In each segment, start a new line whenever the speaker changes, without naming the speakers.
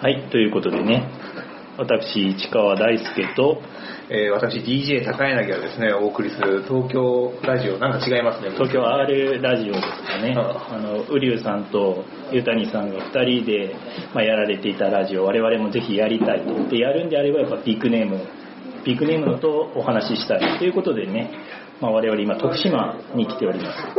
はい、ということでね、私、市川大輔と、
えー私 DJ 高柳がですねお送りする東京ラジオなんか違いますね
東京 R ラジオですかね、
うん
あの、瓜生さんと湯谷さんが2人で、まあ、やられていたラジオ、我々もぜひやりたいと。で、やるんであれば、やっぱビッグネーム、ビッグネームのとお話ししたいということでね、まあ、我々今、徳島に来ております。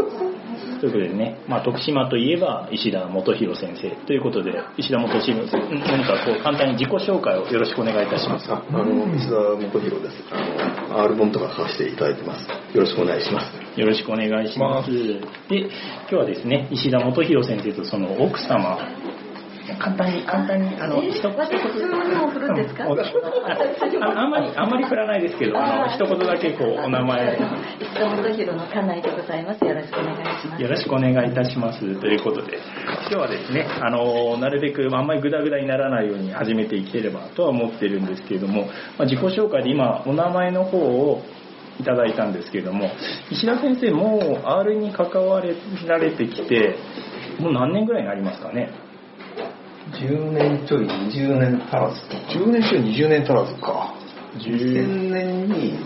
ということでね、まあ、徳島といえば石田元弘先生ということで、石田元弘先生、ん何かこう簡単に自己紹介をよろしくお願いいたします。
ああの石田元弘ですあの R 本とか書かせていただいてますよろしくお願いします
よろしくお願いします。で、今日はですね、石田元弘先生とその奥様、簡単に、簡単に、あの、
え
一言、
私もう振るんですか
うんああんまり、あんまり振らないですけど、あの、一言だけこう、お名前、
石田元弘の家内でございます。よろしくお願いします。
よろしくお願いいたします。ということで、今日はですね、あの、なるべくあんまりグダグダにならないように始めていければとは思ってるんですけれども、まあ、自己紹介で今、お名前の方をいただいたんですけれども、石田先生、もう R に関われられてきて、もう何年ぐらいになりますかね。
10年ちょい20年足らずと
10年中20年足らずか
10
2000年に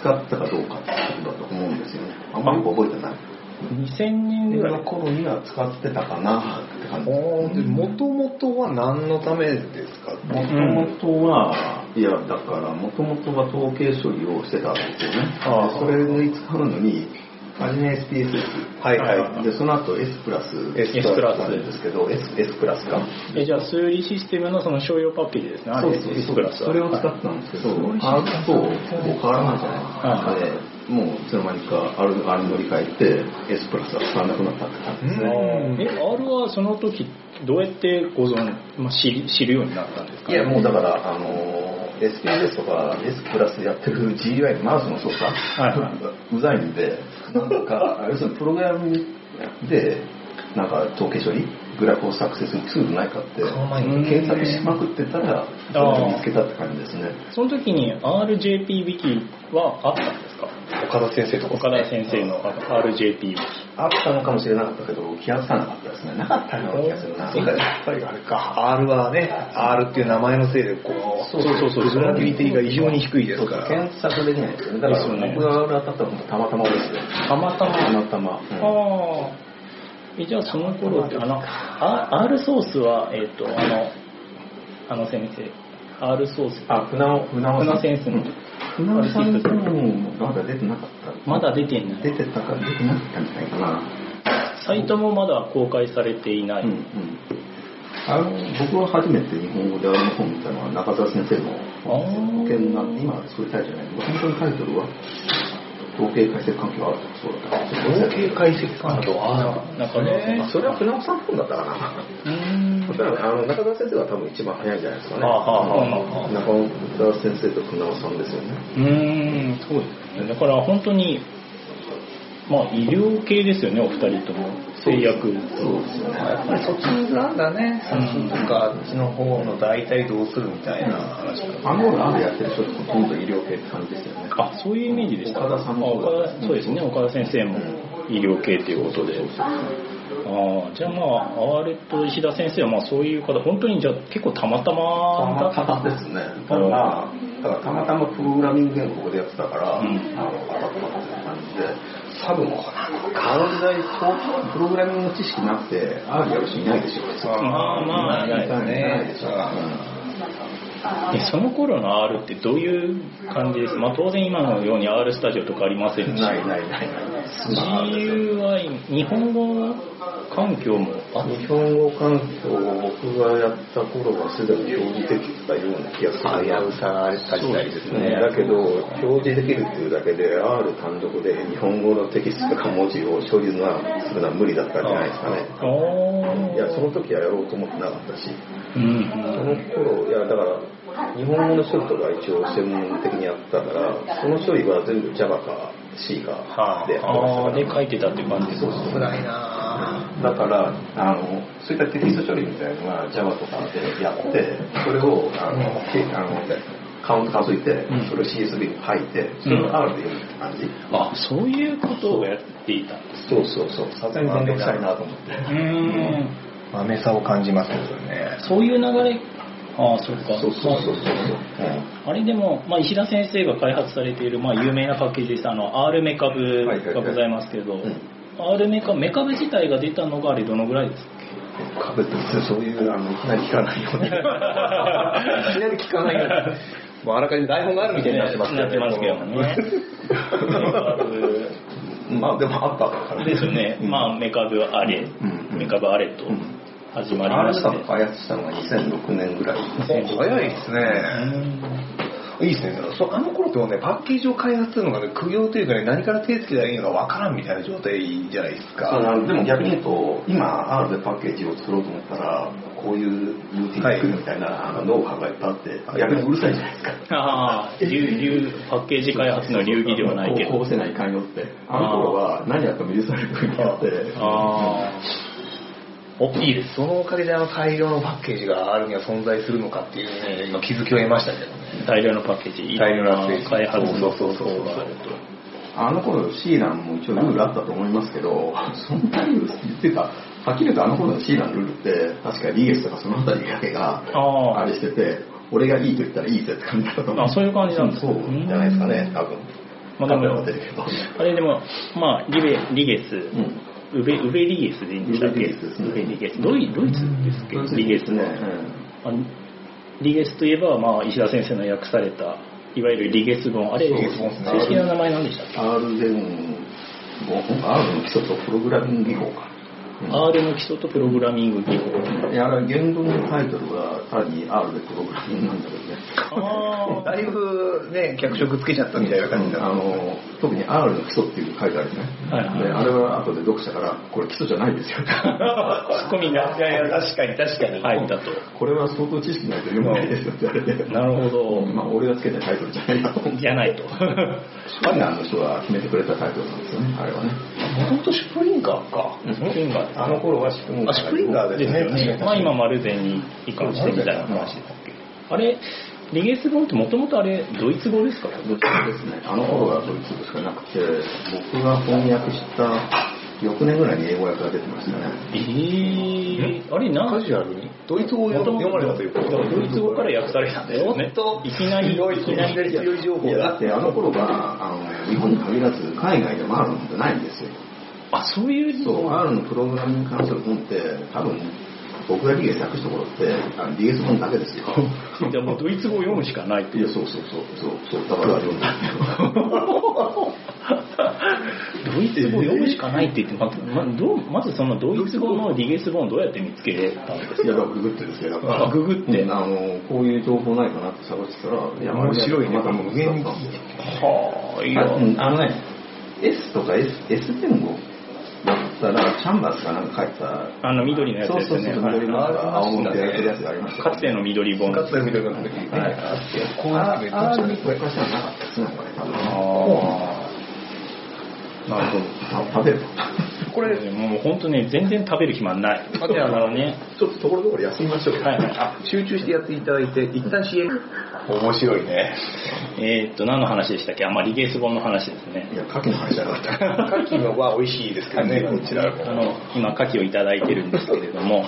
使ったかどうかってことだと思うんですよねあんまり覚えてない
2000人ぐら
の
い。
頃には使ってたかなって感じ
もともとは何のためですか
もともとは、いやだからもともとは統計処理をしてたんですよね
あー
でそれに使うのに初め SPSS
はい
は
でその後 S プラス
S
プラス
なんですけど S, S プラスか
えじゃあ、数理システムのその商用パッケージですね。あ
そう
れ
です
エスプラスは
それを使ってたんですけど、あると変わらないじゃないですか。で、もういつの間にかあるあれ乗り換えて S プラスは使わなくなったって感じです
あ
ね。
ーえ、R はその時、どうやってご存、まあ、知り知るようになったんですか
いやもうだからあの SPS とか S プラスやってる GUI マウスの操作、
いは
うざいんでなん か要するにプログラムでなんか統計処理グラフを作成するツールないかって検索しまくってたらそれを見つけたって感じですね
その時に RJPWiki はあったんですか
岡田先生と
岡田先生の RJPWiki。
あったのかもしれなかったけど気がつかなかったですねなかったような気がするな
そうだやっぱりあれか R はね R っていう名前のせいでこ
そうそうそう
グラフィティが異常に低いですから
検索できないですよねだか
ですよね
ら僕が裏当たったのもたまたまですね
たまた
た
ま。
またま、うん
ああ。えじゃあその頃って、あの、あ R ソースは、えっ、と、あの、あの先生、R ソース、
あ、船尾、船尾
船尾先生の
船尾さんのまだ出てなかった。
まだ出てない。
出てたか出てなかったんじゃないかな。
サイトもまだ公開されていない。
うんうん。あの、僕は初めて日本語であの本見たのは中澤先生の保険な、今はそういうタイトルじゃないけど、本当のタイトルは、統計解析環境あるとかそうだった。
統計解析かなと
なんかね、
それは船尾さんの本だったかな。
うーん。
だからあの中澤先生が多分一番早いんじゃないですかね。
ああああああ
中澤先生と船尾さんですよね。
うーん、そうですね。だから本当に、まあ医療系ですよね、お二人とも。製薬
そうですよね。
やっぱりそっちなんだねそっちとかあっちの方の大体どうするみたいな話か
あのラーメンやってる人ってほとんど医療系って感じですよね。
あ、そういうイメージでした。
岡田さんも
あ岡田そうですね、岡田先生も医療系ということで。ああ、じゃあまあ、あれと石田先生はまあそういう方、本当にじゃあ結構たまたまだ
たまたまですね。ただ、ただたまたまプログラミング言語でやってたから、
うん
あの当たったっていう感じで、多分、あの時代、東京プログラミングの知識なくて、R やる人いないでしょうね。
まあまあ、
いない
ね
でしょううん
えその頃の R ってどういう感じですまあ当然今のように R スタジオとかありませんし、
ないないないない。
GUI、日本語環境もあ
日本語環境を僕がやった頃はすでに表示できてたような気がするな。
危うさあれた時代ですね
だけど、表示できるっていうだけで、R 単独で日本語のテキストとか文字を処理はするのは無理だったんじゃないですかね。
あー
いや、その時はやろうと思ってなかったし、
うん
その頃、いや、だから、日本語の処理とか一応専門的にやったから、その処理は全部 Java か C かでやって
あ
ま
あ
し
で
たから。
書いてたっていう感じですか
辛いな
だからあの、そういったテキスト処理みたいなのは Java とかでやって、それをあのけあのカウント数えて
うん、
それを CSV に書いて、それを R で読むって感じ。
あそういうことをやっていたんです
そうそうそう、さすがに面倒くさいなと思って。
うん
豆さを感じますねそれね
そういう流れああそうか
そうそうそうそう。
あれでも、まあ、石田先生が開発されている、まあ、有名なパッケージですあの R メカブがございますけど、
いはい
R メカメカブ自体が出たのがあれどのぐらいですか
壁って別にそういう、あの、いきなり聞かないように。いきなり聞 かないように。もうあらかじめ台本があるみたいになってます
なってますけどね。メカ ブ
まあでもあったから。
ですよね、まあメカブあれ、
ん
メカブあれと
うん
始まり
あ
ま
れ
し
さ
て、
んが開発したのが2006年ぐらい。
早いですね。いいですね。そうあの頃ってもうね、パッケージを開発するのがね、苦行というかね、何から手つけたらいいのかわからんみたいな状態じゃないです
そうな
か。
のでも逆に言うと、今 R でパッケージを作ろうと思ったら、こういうルーティン作るみたいな、あのノウハウがいっぱいあって、逆にうるさいじゃないですか。
ああ流流パッケージ開発の流儀ではないけ
こ
ど
うせない寛容って。あの頃は何やっても許される風になって、
ああおいいです
そのおかげであの大量のパッケージがあるには存在するのかっていうね、今気づきを得ましたけどね。
大量のパッケージい
大
ろ
量
ん
の
な
パッケージ
開発の
そ
方
うそうそうそう
法があると
あの頃シーランも一応ルールあったと思いますけど、そんなに言っていうか、はっきり言うとあの頃のシーランのルールって、確かリーエスとかそのあたりだけが、
あー
あれしてて、俺がいいと言ったらいいぜって感じだと思
あそういう感じなんです
そう
ね
じゃないですかね、多分。
まあでも
多分は出るけど。
あれでもまあリベリゲス、
うん
ウベウベリゲスでいいんでしたっけ
ウベリゲスですね
ウベリゲスドイドイツですっけリゲスの
ね。うん
あのリゲスといえば、まあ、石田先生の訳されたいわゆるリゲス本あれ
そう
正式な名前なんでしたっけ
R でも、R の基礎とプログラミング技法か。
R の基礎とプログラミング技法
いや、あれ言語のタイトルが単に R でプログラミングなんだけどね。
あ
だいぶね、脚色つけちゃったみたいな感じだ
あの特に R の基礎っていう書いてあるんですね、
はいはい
であれは後で読者からこれ基礎じゃな いですよ
あツッコミが
確かに確かに
入ったと
これは相当知識ないと読めないですよって言われて
なるほ
まあ俺がつけたタイトルじゃないなと思っ
ど
て
じゃないと
シュパンナーの人が決めてくれたタイトルなんですよねあれはね
もともとシュプリンガーか。
ンガー
あの頃はシュプリンガー
あシュプリンガー
で
ですす
よ
ね
ね、まあ、今丸善に移管してみたいな話ですけどあれリゲス本ってもともとあれドイツ語ですか
ドイツ語ですねあの頃がドイツ語しかなくて僕が翻訳した翌年ぐらいに英語訳が出てましたね
ええあれ
カ
何
ジュアルにドイツ語を読まれたということ
ドイツ語から訳されたんですよね
おっと
いきなりいきなり
強い情
いやだってあの頃があの日本に限らず海外でも R なんてないんですよ
あそういう
そう、R のプログラミングに関する本って、多分、僕が DS 作した頃って、あの DS 本だけですよ。
じゃあもうドイツ語を読むしかないと
いや、そうそうそう、そう、そう、だから読んだんだ
ドイツ語を読むしかないって言ってままどうまずそのドイツ語のリゲス本をどうやって見つけれたんですか
けど。いや、だからググってですよ、だから。
あググって
うんあの、こういう情報ないかなって探してたら、いや、
面白いね
まだ無限に。あ
はあいや
うんあのね、S とか S、S 言語だったら、チャンバースかなんか書いた、
あの緑のやつ
そう
で
そう
す
そう、
ね
緑の
は
なんか青物でやってるやつがありまし
い
た
かつての緑本
かつてみたいな時にね。
はい
こういうのめっちゃ面白い
これからしたらなかったですね、これ多分
ああなるほど
あ食べると。
これもう本当ね全然食べる暇ない
あであ
だ
の
からね
ちょっとところどころ休みましょう
はいはい
集中してやっていただいて、一旦 CM。面白いね。
えーっと何の話でしたっけあまあリゲス本の話ですね
いや、牡蠣の話じゃなかった。
カキのは美味しいですけどね、こちら
あ
も。
の今牡蠣をいただいてるんですけれど も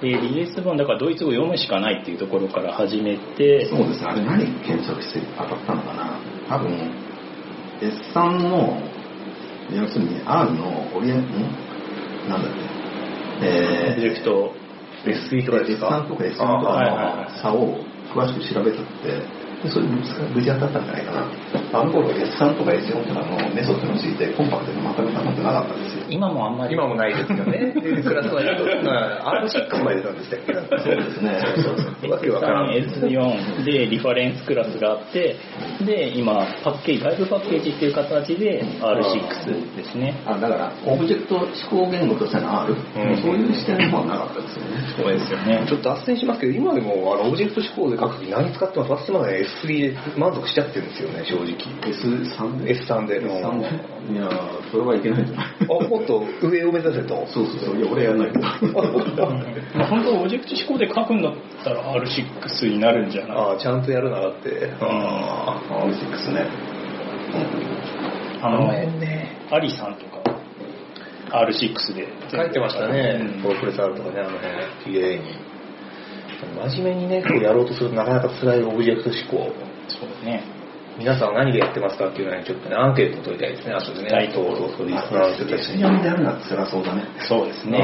でリゲス本だからドイツ語読むしかないっていうところから始めて
そうですね、あれ何検索して当たったのかな。多分、S さんの、要するに R のオリエン、んなんだっけ、
オブジェ
え
クト
SE
ー、
とかです
S さん
か
とか S さんと
あ
か
はいはいはい
の差を詳しく調べたって、でそれで無事当たったんじゃないかな。あの頃 S さんとか S 4とかのメソッドについてコンパクトにまとめたなんてなかったですよ。
今もあんまり
今もないですよ ね。でクラスの人とか、R6 まで出たんでしたっけなんか
そうですね。そうそう
わけわからん
S3S4 でリファレンスクラスがあってで今パッケージ外部パッケージっていう形で R6 ですね
あだから、オブジェクト思考言語としての R、
ん
そういう視点もなかったですよね。
そうですよね
ちょっと脱線しますけど、今でもあのオブジェクト思考で書くとき何使っても私まで S3 で満足しちゃってるんですよね、正直。
S3 で
S3 で。
S3
あ
でいやーそれはいけないんじゃ ない
もっと上を目指せと。
そうそうそう、いや、俺やんないけど。
まあ本当オブジェクト思考で書くんだったら R6 になるんじゃない
ああ、ちゃんとやるならって。ああ。
R6 ね。
あの
ね。
アリさんとか R6 で
書いてました
う
ね
ん。
プロプレスあるとかね、あの辺、綺麗に。真面目にね、そうやろうとするとなかなか辛いオブジェクト思考。
そうですね。
皆さんは何でやってますかっていうのにちょっとね、アンケート取りたいですね、後でね。
はい
そうそうそう、リスナーの人たち
一
に。
読みでやるのは辛そうだね。
そうですね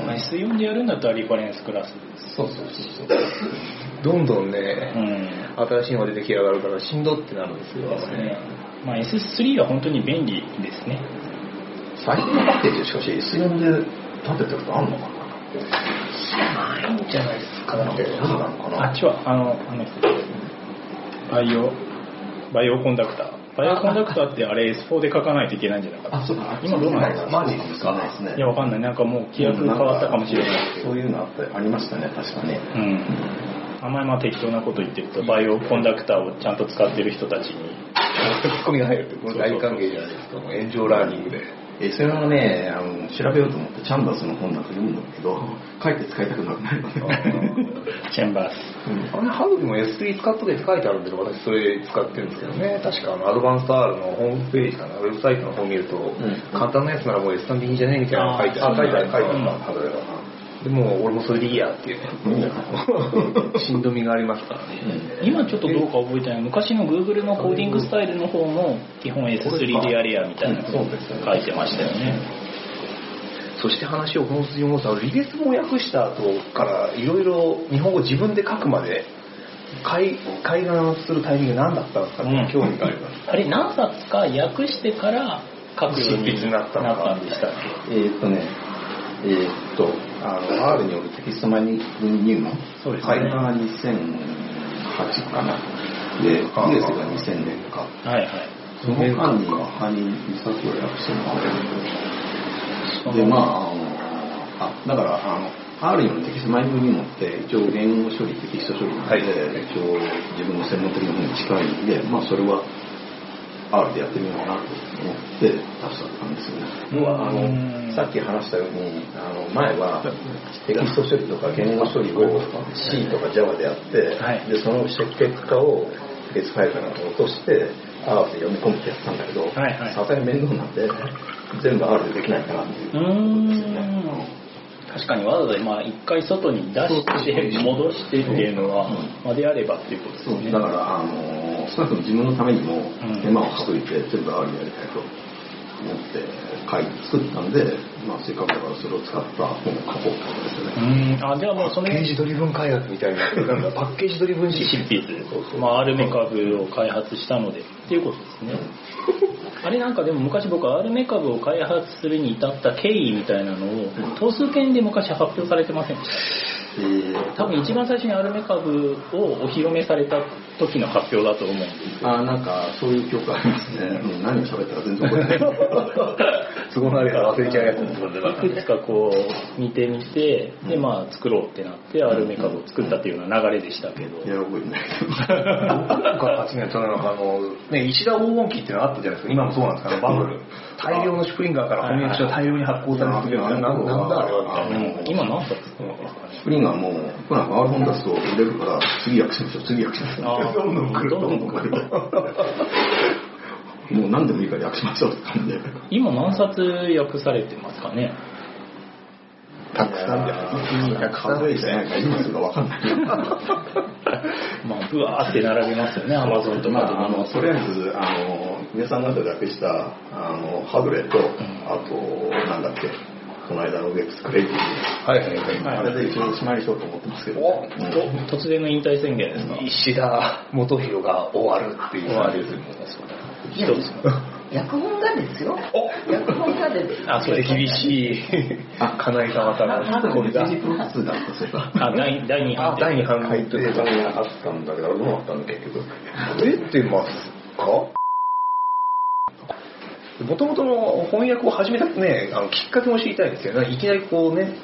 うん。
まあ S4 でやるんだったらリファレンスクラスです。
そうそうそうそう。どんどん
う
ね、
ん。
新しいのが出てきやがるからしんどってなるんです
そう
よ。
ですね。まあ S3 は本当に便利ですね。
最近のパッケージしかし S4 で立ててることあるのかな
ないんじゃないですか。
どうなのかな
あっちは、あの、あの人バイオ、バイオコンダクター。バイオコンダクターってあれ S4 で書かないといけないんじゃなかった
あ、そうか。
今どうなんです
か
か
マジですかないですね
いや、わかんない。なんかもう規約変わったかもしれない。
そういうのあったありましたね、確かね。
うん。あんまりまあ適当なこと言ってると、バイオコンダクターをちゃんと使ってる人たちに。
ツッコミが入るって、これ大歓迎じゃないですか。もう炎上ラーニングで。
えそれはねあの、調べようと思って、チャンバースの本なんか読むんだけど、書いて使いたくなくなるよね。
チェンバース。
あれ、ハグでも S3 使っとけって書いてあるんで、私それ使ってるんですけどね。確かあの、アドバンス R のホームページかな、ウェブサイトの方見ると、
ん
簡単なやつならもう S3 でいいんじゃねえみたいなの書いてあ
あ
る。書いてある、書いてあ
うん
ったはずだよな。でも、俺もそれでいいやっていう ね。しんどみがありますからね。
今ちょっとどうか覚えてない昔の Google のコーディングスタイルの方も基本 S3 でやれやみたいなの
そうですよね
書いてましたよね
そして話を本筋に戻すと、リレスも訳した後から、いろいろ日本語自分で書くまで、改改ざんするタイミング何だったんですかって、
うん
興 味があります。
あれ何冊か訳してから書くよう
執筆
に
に
な
な
っ
ったのか
たんでしたっけ
えーっとね、えーっと、あの、R によるテキストマイニング入門。
そうです
こ
ね
れが2008かな。で、US が2000年か。
はいはい
その間に、ハニー・ミサキを訳してもらってる。で、まあ、あの、あ、だから、あの、R によるテキストマイニング入門って、一応言語処理、テキスト処理なので、
はい
一応自分の専門的なものに近いんで、まあ、それは R でやってみようかなと思って出したんですよね。
う
要
わ
は、あの
うん、
さっき話したように、あの、前は、テキスト処理とか言語処理を C とか Java でやって、
はい
で、その結果を PS5 から落として、R で読み込むってやったんだけど、
はいはい
さすがに面倒なんで、全部 R でできないかなっていう
う
ことですよ
ーん
ね。
確かにわざわざまあ一回外に出して戻してっていうのは
うん
まあであればっていうことです
そう
ね
だから、あの少なくとも自分のためにも
ん
手間を省いて全部 R でやりたいと思って書いて作ったんで、まあ、せっかくだからそれを使った本を書こうってことですよ
う
ね。
んあじゃあもうそ
パッ
れ
ケージドリブン開発みたいな、なんかパッケージドリブン
執
シ
筆まあ、アルメ株を開発したのでっていうことです ねあれなんかでも昔僕アルメ株を開発するに至った経緯みたいなのを等数研で昔発表されてませんでし
え
た多分一番最初にアルメ株をお披露目された時の発表だと思うんで
あーなんかそういう記憶ありますね。もう何を喋ったか全然覚えてない。
都合の悪いから忘れちゃうやつですもんねなんか
いくつかこう見てみてでまあ作ろうってなってアルメ株を作ったっていうような流れでしたけど
いや覚えてないけど。
なんか8年そのなんかあの、ね、石田黄金期っていうのがあったじゃないですか今もそうなんですかねバブル大量のスプリンガーから翻訳書が大量に発行されてる
は
ない
はい
んだあれはみたいな
うん今何冊作るんですかね
スプリンがもう、ほら、R 本出すと売れるから、次役しましょう、次役しましょ
あー
う。どんどん来る、どんどん来る。もう何でもいいから訳しましょうって感じで。
今何冊訳されてますかね
たくさんで。たくさんでじゃないか、今すぐわかんない。
まあ、ぶわーって並べますよね、アマゾンと
ま
か
あ、あの、とりあえず、あの、皆さん方で訳した、あの、ハグレと、あと、なんだっけ、この間のウェックスクレイジー。
はいはいはい
はい
あれで一応おしまいにしようと思ってますけど。
お
うん
と突然の引退宣言ですか
石田元弘が終わるっていう
終わる一つ
役本がですよ。役本がですよ。
あ、それ厳しい。
あ金井さん渡
あハ
辺
グ
こ
レ
れ
一
だ
時プロセスだったそういえば
あ、 第第2
あ
版
第
で。
2版
改
入って
訂版があったんだけど、あれどうなったんだ結局。
出てますかもともとの翻訳を始めたね、あのきっかけも知りたいですよね。いきなりこうね、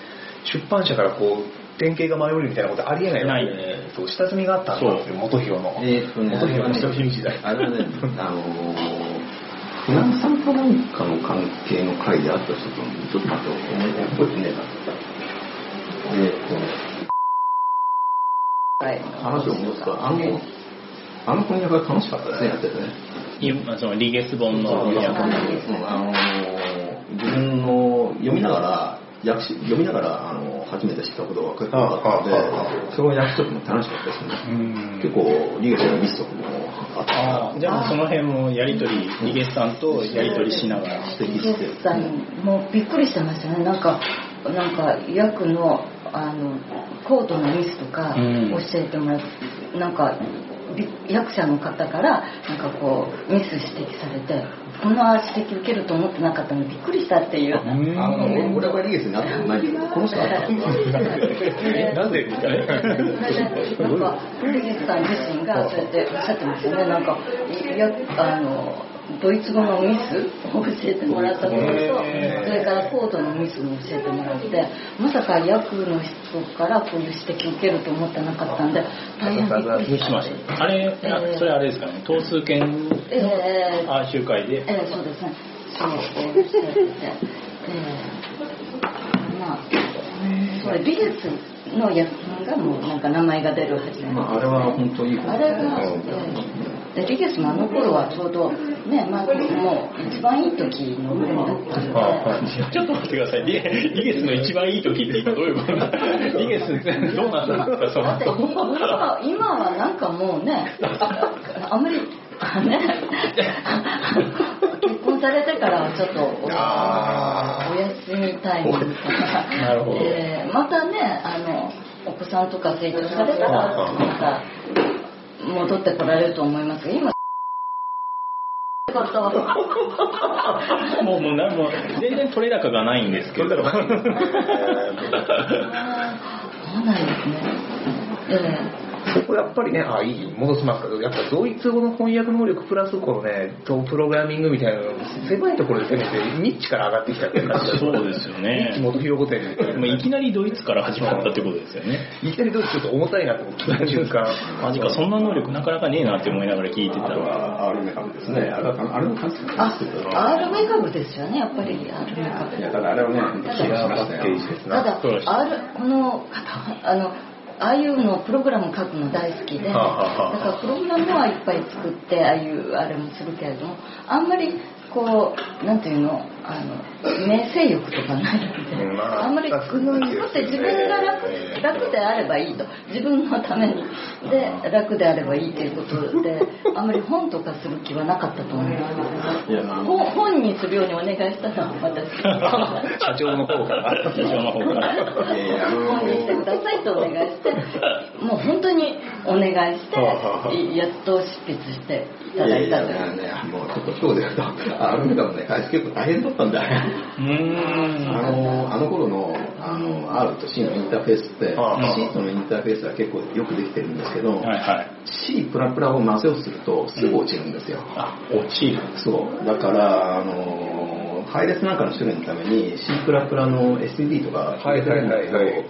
出版社からこう、典型が迷うみたいなことありえない
ない
わけでそう、下積みがあったんですよ、元広の。
えーっとね
元広の下積み時代。
あれはね、あのー、船津さんかなんかの関係の会であった人と、ちょっと待って、思い出覚えてねえな。えーっとね、
はい。
話を戻すと、あの、あの翻訳が楽しかったですね、やっててね。
今、そのリゲス本の
そう
翻
やっぱ
訳。
ねそのあのー自分の読みながら、訳し読みながら、あの、初めて知ったことが分かるの
あああああ
で、
あ
そその役職も楽しかったですね。結構、リゲスのミスとかもあった
ああじゃあその辺もやり取りリゲスさんとやり取りしながら
指摘
そう
して。
さもうびっくりしてましたねなんかなんかヤクのあのコートのミスとか
うん
教えてもらって、なんかび役者の方からなんかこうミス指摘されてこんな指摘受けると思ってなかったのでびっくりしたっていう。
うん
あの、俺俺はリゲスになったことないけど、この人 はあ ったのかな。
なぜみたいな。
それでなんか藤井さん自身がそうやっておっしゃってましたねなんかいやあのドイツ語のミスを教えてもらったこととそ
へー
れからコードのミスも教えてもらってまさか役の人からこういう指摘を受けると思ってなかったんで大変びっく
無
り
視
し
しま
ま
し
した
あれあそれあれですかね東数研
たえー
あ集会で
えーそうですねそうおっしゃっててえーまあそれ美術の役がもうなんか名前が出るはずなんですね
まあ、あれは本当いいこと
あれが、でリゲスもあの頃はちょうどね、まあ、もう一番いい時の頃だったので、
ちょっと待ってくださいリリゲスの一番いい時って今どういうことだ リゲスどうなったんです
だ
か
って
その後
今今はなんかもうね、あんまり、ね、結婚されてからはちょっと
あ
お休みタイムみたいな。
なるほど
えーまたね、あの、お子さんとか成長されたら、また戻ってこられると思いますが、今、方は。
もうもうなもう全然取れ高がないんですけど
そうなんですね。
そこやっぱりね、あ、いい、戻しますけど、やっぱドイツ語の翻訳能力プラスこのね、とプログラミングみたいなの狭いところで攻めて、ニッチから上がってきたっていう感じ
そうですよね
元広御殿で。
もういきなりドイツから始まったってことですよね
いきなりドイツちょっと重たいなと思ってた瞬間。
マジかそんな能力なかなかねえなって思いながら聞いてた
あと
ら
は、アルメカムですね。あれは、あれも関係
あ
ないですけ、ど。
アールメカブですよね、やっぱりアールメカ
いや、
ブ。
ただあれはね、本当に気がしましたよ。
ただ、
そうです
アール、この方、あの、ああいうのプログラム書くの大好きで、だ
はあはあはあ
からプログラムはいっぱい作って、ああいうあれもするけれども、あんまりこう、なんていうの、あの、名声欲とかないので、
うんまあ
あんまり作って自分が楽
ええ
楽であればいいと、自分のために、で、楽であればいいということで、あんまり本とかする気はなかったと思います。
いや、あの、
本本にするようにお願いしたのは私
社長の方から社長の方から
いやいや、あの、
本にしてくださいとお願いしてもう本当にお願いしていやっと執筆していただいたという
ね、もうちょっと今日で言うと、アルミカムね、開始結構大変だったんだよ。
うーん
あの、あの頃の、あの、R と C のインターフェースって、C とのインターフェースは結構よくできてるんですけど、
はいはい
C プラプラを混ぜようとすると、すぐ落ちるんですよ。
あ落ちる
そう、だから、あの、配列なんかの種類のために、C プラプラの STD とか、
はいはいはいはい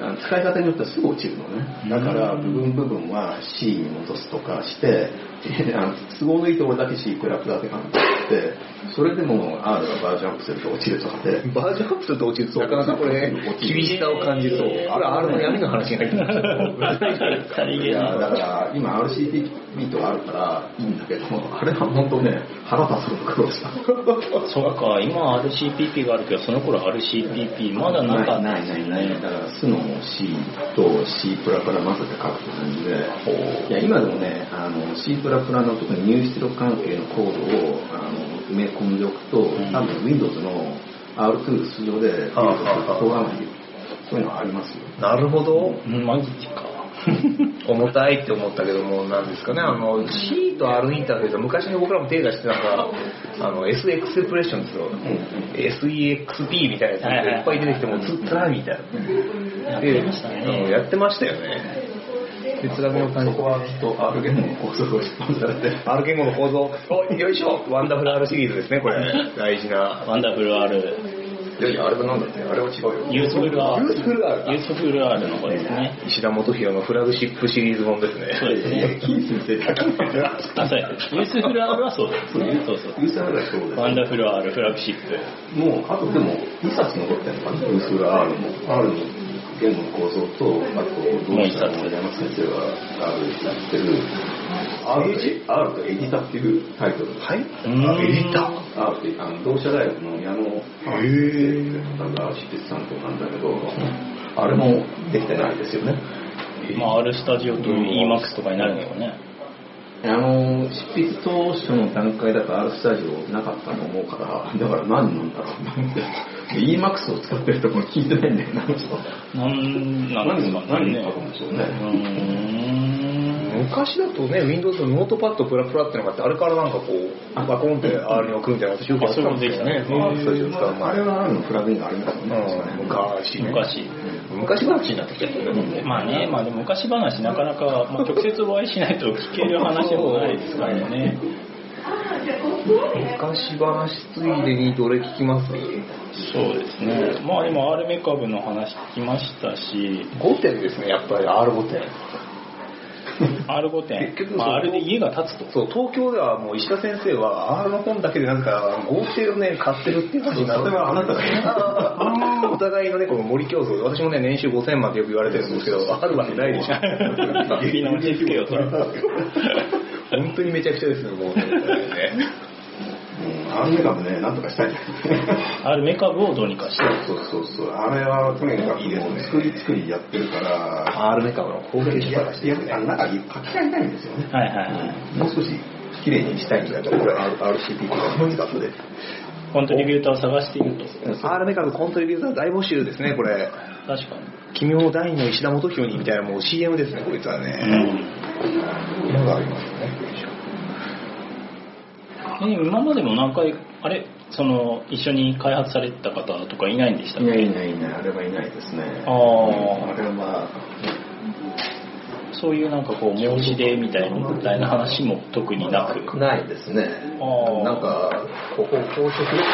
あの使い方によってはすぐ落ちるのね。だから、部分部分は C に戻すとかして、 であの都合のいいところだけ C プラプラって感じで、それでも R がバージョンアップすると落ちるとかで、
バージョンアップすると落ちると、なかなかこれ ね、厳しさを感じると、あれ、あれの闇の話に入ってきます
さり
い
げ
や
な
だから今 RCTB とかあるからいいんだけどもあれは本当ね腹立つほど苦労した
そうか今 RCPP があるけどその頃 RCPP まだなかった
ないないないないだからスノも C と C プラプラ混ぜて書くと思うんでいや今でもねあの C プラプラの特に入出力関係のコードをあの埋め込んでおくと、多分 Windows の R トゥールス上で Windows
はあはあはあ
とかないそういうのはありますよ
なるほど。
うんマジ か
重たいって思ったけども、なんですかね、あの、C と R インターフェースは昔に僕らも手出してたから、あの、S エクセプレッションですよ。SEXP みたいなやつがいっぱい出てきて、もうつったらみたいな。で
やってましたね
うんやってましたよね。で、つらみを感じ
そこはきっと R ゲームの構造を質問されて
R 言語の構造、およいしょワンダフル R シリーズですね、これ。大事な。
ワンダフル R
いやいや、あれはなんだって、あれは違うよ。
ユースフル R
ユースフル R だ
ユースフル R の方ですね
石田元宏のフラグシップシリーズ本ですね。
そうですね
キー先生だけ
あそうですユースフル R はそうですねそうそう
ユース R がそうです
ワンダフル R フラッグシップ
もう、あとでも、2冊残ってるのかな、ウスラ R も、R の言語の構造と、あと、どうしたら森山先生が R になってる、R と R とエディタっていうタイトル。はい
ーん
エディタ ?R って、あの、同社大学の矢野先生が執筆担当なんだけど、あれもできてないですよね。
まあ、R スタジオと EMAX とかになるのかね。
あの執筆当初の段階だと R スタジオなかったと思うから だから何なんだろうなって EMAX を使ってるところ聞いてないんだよなあの人
なん、なんです
何
か
が
ね。
何があるんでしょうね、
うーん。
昔だとね、Windows のノートパッドプラプラってのがあって、あれからなんかこう、バコンって R に置くみたいな私よくやってたんですよね、
あ
そ
そうういう
いうの
ので
スタジオ使う
あ
前
れ。はあるのプラグインがありますよね確か
う
ね
ん昔ね。
昔。
昔話になってきちゃったよね、もうね。
まあね、まあでも昔話なかなか、まあ、直接お会いしないと聞ける話でもないですからね。
昔話ついでにどれ聞きます
そうですね。まあ今 R メカブの話聞きましたし、
?5 点ですね、やっぱり R5 点。
R5 点
結局、そう
まあ、R で家が建つと。
そう、東京ではもう石田先生は R の本だけでなんか合成をね、買ってるっていう話にな
そ
って
うそれはあなたが言う
あーお互いのね、この森競争で、私もね、年収5000万ってよく言われてるんですけど、あるわけないでしょ。
指の落ち着けよ、それ。
本当にめちゃくちゃですね、もうね。
うんあのメカもねなんとかしたい
R メカブをどうにかして。
そうそうそうあれはとにかくもう作り作りやってるから
アールメカブの攻撃
い
者
や
からして。
いやあの中に書き換えないんですよね
はいはいはい。
もう少し綺麗にしたいんだけど、これ RCP とかのやつで。
コントリビューターを探していると。
アールメカブコントリビューター大募集ですね、これ。
確かに。
君も第二の石田元宏にみたいなもう CM ですね、こいつは
う
ね。
ん
のがありますよね。
え今までも何回あれその一緒に開発されてた方とかいないんでしたっ
い
け
ないいないいない、あれはいないですね。
あ
うん
ー
あれは、
そういうなんかこう申し出みたいなみたいな話も特になく
ないですね。
ああ
なんか、ここ公職とか、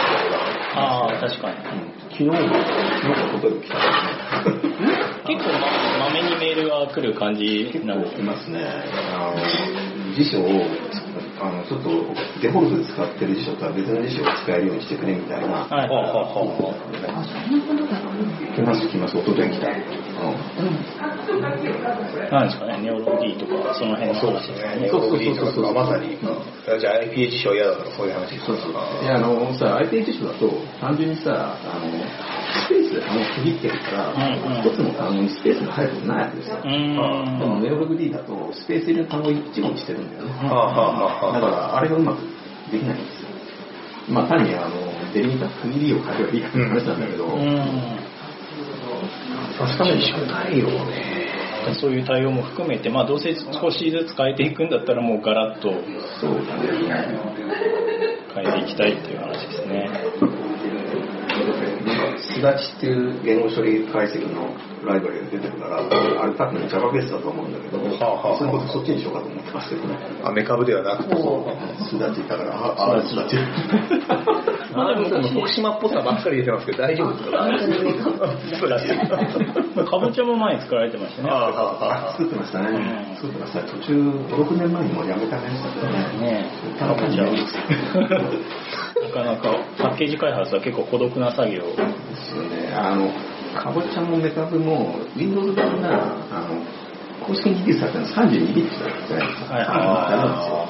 ああ確かに
昨日も、なんかホテル来たね。
結構ままめにメールが来る感じ
結
なん
構
です
来ますね。あの辞書をあのちょっとデフォルトで使ってる辞書とは別の辞書を使えるようにしてくれみたいな。
はいはいは
あそんなことだ
来ます来ます。おととい来た。
いはい
う
なんですかねネオロ D とかその辺の話ですかね
そうそうそうそう
とかまさに。じゃあ IPA 辞書嫌だとかそういう話です
そうそう。いや、あのさ、IP 辞書だと、単純にさ、あの、スペースでも区切ってるから、
うんうん
一つの単語にスペースが入ることないわけですよ。
うー
でも、
ん
ネオログ D だと、スペース入れる単語を一語にしてるんだよね。
はあはあ
だ
はあ
か
はあ
ら、あれがうまくできないんですよ。まあ、単に、あの、デリミタ区切りを変えればいいかって話なんだけど、
うー
確かに宿題をね。
んそういう対応も含めて、まあ、どうせ少しずつ変えていくんだったらもうガラッと
そうだね。
変えていきたいっていう話ですね
すだちっていう言語処理解析のライブラリが出てるから、あれ多分 Java ベースだと思うんだけど、
はあはあ
それこそそっちにしようかと思ってますけどね。
アメ株ではなくて。
すだちだから、ああ、すだち。
まあでもその徳島っぽさばっかり出てますけど大丈夫ですか
本当にね
そうだね
かぼちゃも前に作られてましたね
はあはあはあ
作ってましたね。作ってました。途中、5、6年前にもうやめたね。
ねえ、
ただ単にやるんですよ
なかなかパッケージ開発は結構孤独な作業。
ですよね。あの、かぼちゃもメタブも、Windows 版なら、あの、公式にリリースされたの32ビットだったじゃないですか。
は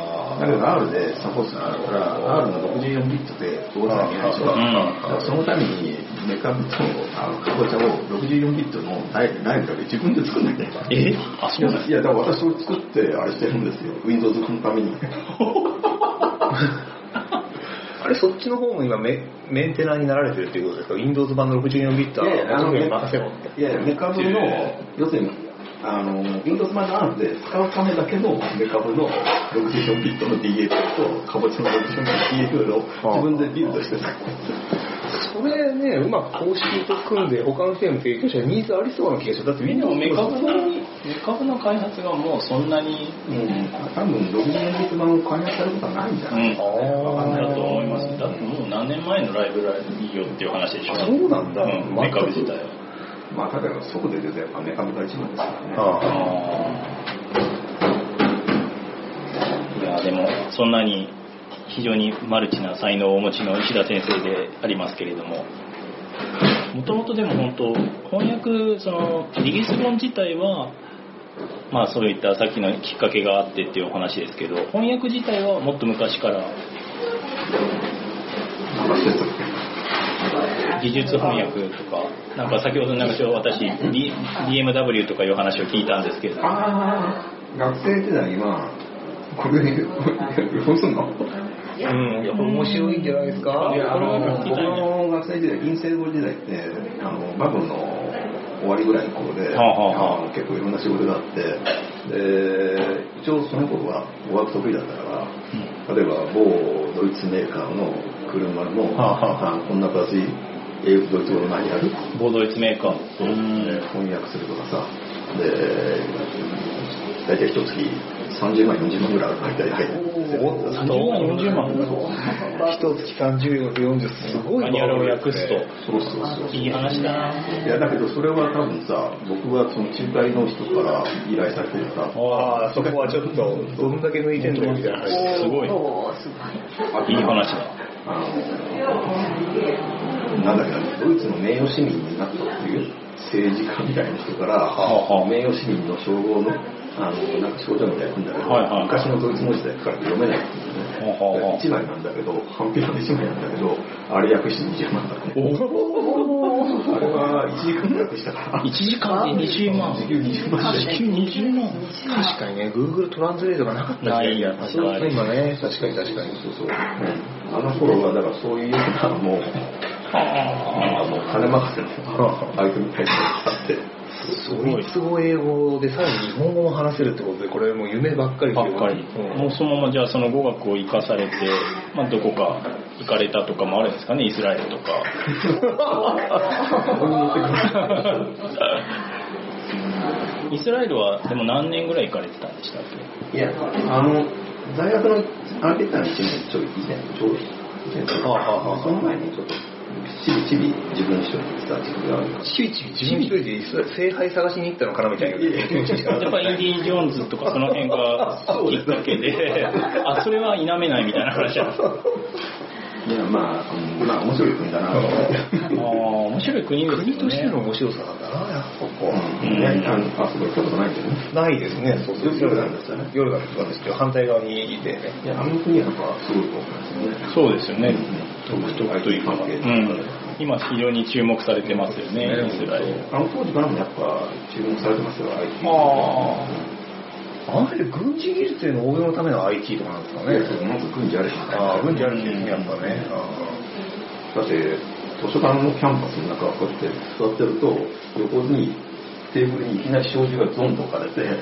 い
あれなんですよ。だけど R でサポートされたから、R の64ビットで動かさなきゃいけないでしょ。
うん
だからそのために、メカブとあのかぼちゃを64ビットのライブラリで自分で作んなきゃいけない。
えあ、
い
そうなん
や、いやだから私それ作って、あれしてるんですよ。Windows のために。
あれそっちの方も今メメンテナーになられてるっていうことですか Windows 版の64ビット
い
は
やいやあの
特に任せろって
いやいや、メカブの、要するに、あの、Windows 版の R で使うためだけのメカブの64ビットの DAP と、かぼちゃの64ビットの DAP を自分でビルドしてた。
それねうまく公式と組んで他の人への提供者にニーズありそうな気がするだって
でもメカブ
ブ
の、メカブの開発がもうそんなに、
うん、多分64ビット版を開発されることはないんじゃ
う
ない、
ん、わかんないと思います。だってもう何年前のライブラリよっていう話でしょ。
そうなんだ
んメカブ自体は。
まあ、ただ即で出たやっぱメカブが一番ですからね。
ああ
あーいや、でも、そんなに、非常にマルチな才能をお持ちの石田先生でありますけれども、もともとでも本当、翻訳、その、リリース本自体は、まあそういったさっきのきっかけがあってっていうお話ですけど、翻訳自体はもっと昔から、
なんかそうやって
技術翻訳とか、なんか先ほどの話は私、D、BMW とかいう話を聞いたんですけれども、
ああ、学生時代は、これ、 どうすんの
うん、いや、面白いんじゃないですか。
いや、あの、
僕
僕
の
の学生時代、陰性語時代って、あの、バブルの終わりぐらいの頃で、
はあはあはあ
あの結構いろんな仕事があって、で、一応その頃は語学得意だったから、例えば某ドイツメーカーの車の、
はあは
あのこんな形、英語とドイツ語の何やる
ボードイツメーカー。
そう
うん
翻訳するとかさ、で、大体一月30万、40万ぐらい大体入る。
おお
30万40万
一月三十四40すごい
マニュアルを訳すと
そうそうそう。
いい話だない
やだけどそれは多分さ僕はその仲介の人から依頼されてさ
ああそこはちょっとどんだけ抜いてんだよみたいな話
すごい
おーすご
いい話だ
あのなんだっけなドイツの名誉市民になったっていう政治家みたいな人から
はあ
名誉市民の称号のあのなんか症状みたいなの来るんだけど、
はいはい
昔のドイツ文字だから読めないっていうね、
はあはあはあ
1枚なんだけど半ペラで1枚なんだけどあれ訳して20万だねあれは1時間ぐらい訳したから
1時間で20万
時給20万で
時給20万
確かにね Google トランスレートがなかった時代や
ない
そうですね今ね確かに確かに
そうそう。あの頃は、だからそういうような、もう、あの、金任せのバイトみたいなのがあって、
すごいすごい英語でさらに日本語も話せるってことでこれもう夢ばっかりです
ば
よ
っかり、
うん
もうそのままじゃあその語学を生かされて、まあ、どこか行かれたとかもあるんですかねイスラエルと かイスラエルはでも何年ぐらい行かれてたんでしたっけ
いや、あの、大学の、あれ出たの1年ちょい、以前、ちょうど1年と
はあはあはあ
か、その前にちょっと、ちびちび自分一人でした時期があるから。
ちびちび自分一人でイスラエル聖杯探しに行ったのかなみたいな気持ちしかな
や
か
っ
っ
ぱインディ・ジョーンズとかその辺がきっかけであそれは否めないみたいな話 なんですか
いや、まあ、うんまあ、面白い国だなと思って。
ああ面白い国で
た
すよね
国としての面白さなんだなやっぱここは
うんいや、あのあそこ行ったことないけどね。
ないですねそうそう
ヨルダンでしたね
夜なんです私今日反対側にいてね
いや、あの国はやっぱすごいと思いますよね。
そうですよね
独特
というか、
関係
うん、今非常に注目されてますよねイスラエル
あの当時からもやっぱ注目されてますよ、IT。
あ
あの辺軍事技術への応用のための IT とかなんですか
ね
ね、
なんか軍事あるしね。
ああ軍事あるんですねやっぱね
だって、図書館のキャンパスの中、こうやって座ってると、横にテーブルにいきなり障子がゾンと置かれて、で、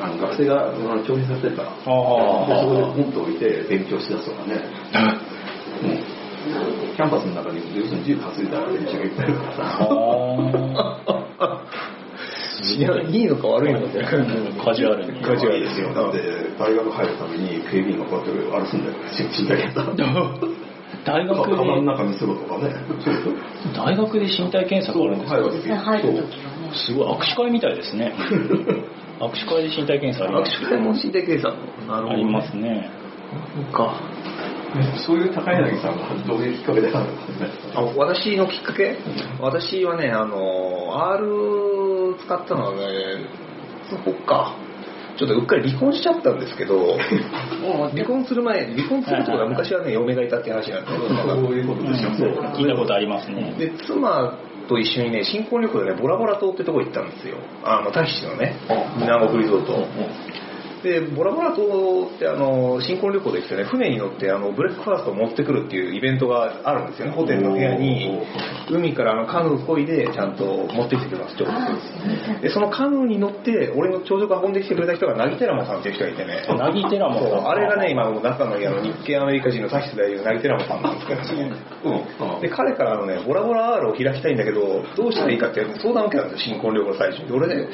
あの学生があの教室やってるから、
あ
で
あ
そこでポンと置いて勉強しだすとかね。うんキャンパスの中に要するに銃担いだら練習がいっぱいいるからさ。
あ
いやいいのか悪いのかみたいな感じ
ーカジュアルに
カジュアル
ですよ。だって、大学入るために警備員がこうやって荒らすんだよ、新陳代謝 さ。
大学
カバンの
で
中見せろとかね。
大学で身体検査があるんですか
いですね入る時はね
すごい握手会みたいです ね握手会で身体検査あり
握
ま
手
す
会も身体検査な
ありますね
か
そういう高柳さんがどういうきっかけであるんですね。
あ私のきっかけ私はねあの R 使ったのはねそこかちょっとうっかり離婚しちゃったんです けど
おー
離婚する前離婚するとか昔はね嫁がいたって話な んですけど
そういうことでしょ。
うん聞いたことありますね
で妻と一緒にね新婚旅行でねボラボラ島ってとこ行ったんですよあのタヒチのね南国リゾートでボラボラ島ってあの新婚旅行で来てね船に乗ってあのブレックファーストを持ってくるっていうイベントがあるんですよねホテルの部屋に海からあのカヌー漕いでちゃんと持ってきてくれますちょっ
あー
でそのカヌーに乗って俺の朝食運んできてくれた人がナギテラモさんっていう人がいてね
なぎテラ
そう
も
あれがね、今もう仲のいいあの日系アメリカ人のタヒス大臣の成寺さんなんですけどね、うん、で彼からあのね、ボラボラ R を開きたいんだけど、どうしたらいいかって相談を受けたんですよ、新婚旅行の最初に。で俺ね、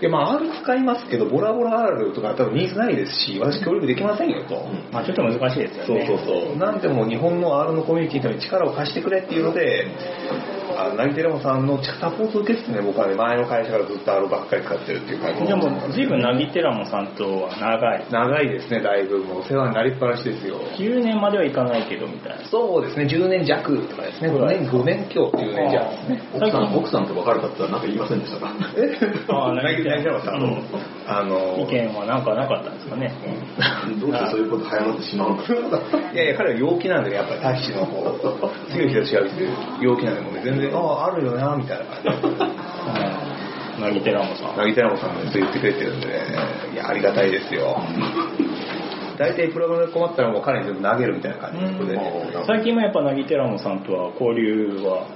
いやまあ R 使いますけど、ボラボラ R とか多分ニーズないですし、私協力できませんよと。
まあちょっと難しいです
そ
よ
う
ね
そうそう。なんでも日本の R のコミュニティのために力を貸してくれっていうので、あ成寺山さんのサポートを受けてね、僕はね、前の会社からずっと R ばっかり使ってるっていう感じ
でも随分なぎテラもさんとは長い
長いですね、だいぶ。もうお世話になりっぱなしですよ。
10年まではいかないけどみたいな
そうですね、10年弱とかですね、5年、5年強っていう年弱ですね。
奥さん、奥さんと別れたってなんか言いませんでしたか
え
あー泣いて
泣いてました。
うん
あの
意見はなんかなかったんですかね。
どうしてそういうこと早まってしまうのか
いやいや、彼は陽気なんで、やっぱりタキシのこう、強い人たちが陽気なんで、もう全然、ああ、あるよな、みたいな感じで。
はいなぎてらもさん。
なぎてらもさんもずっと言ってくれてるんでね、いや、ありがたいですよ。大体プログラムで困ったらもう彼に全部投げるみたいな感じで、これで
最近もやっぱなぎてらもさんとは交流は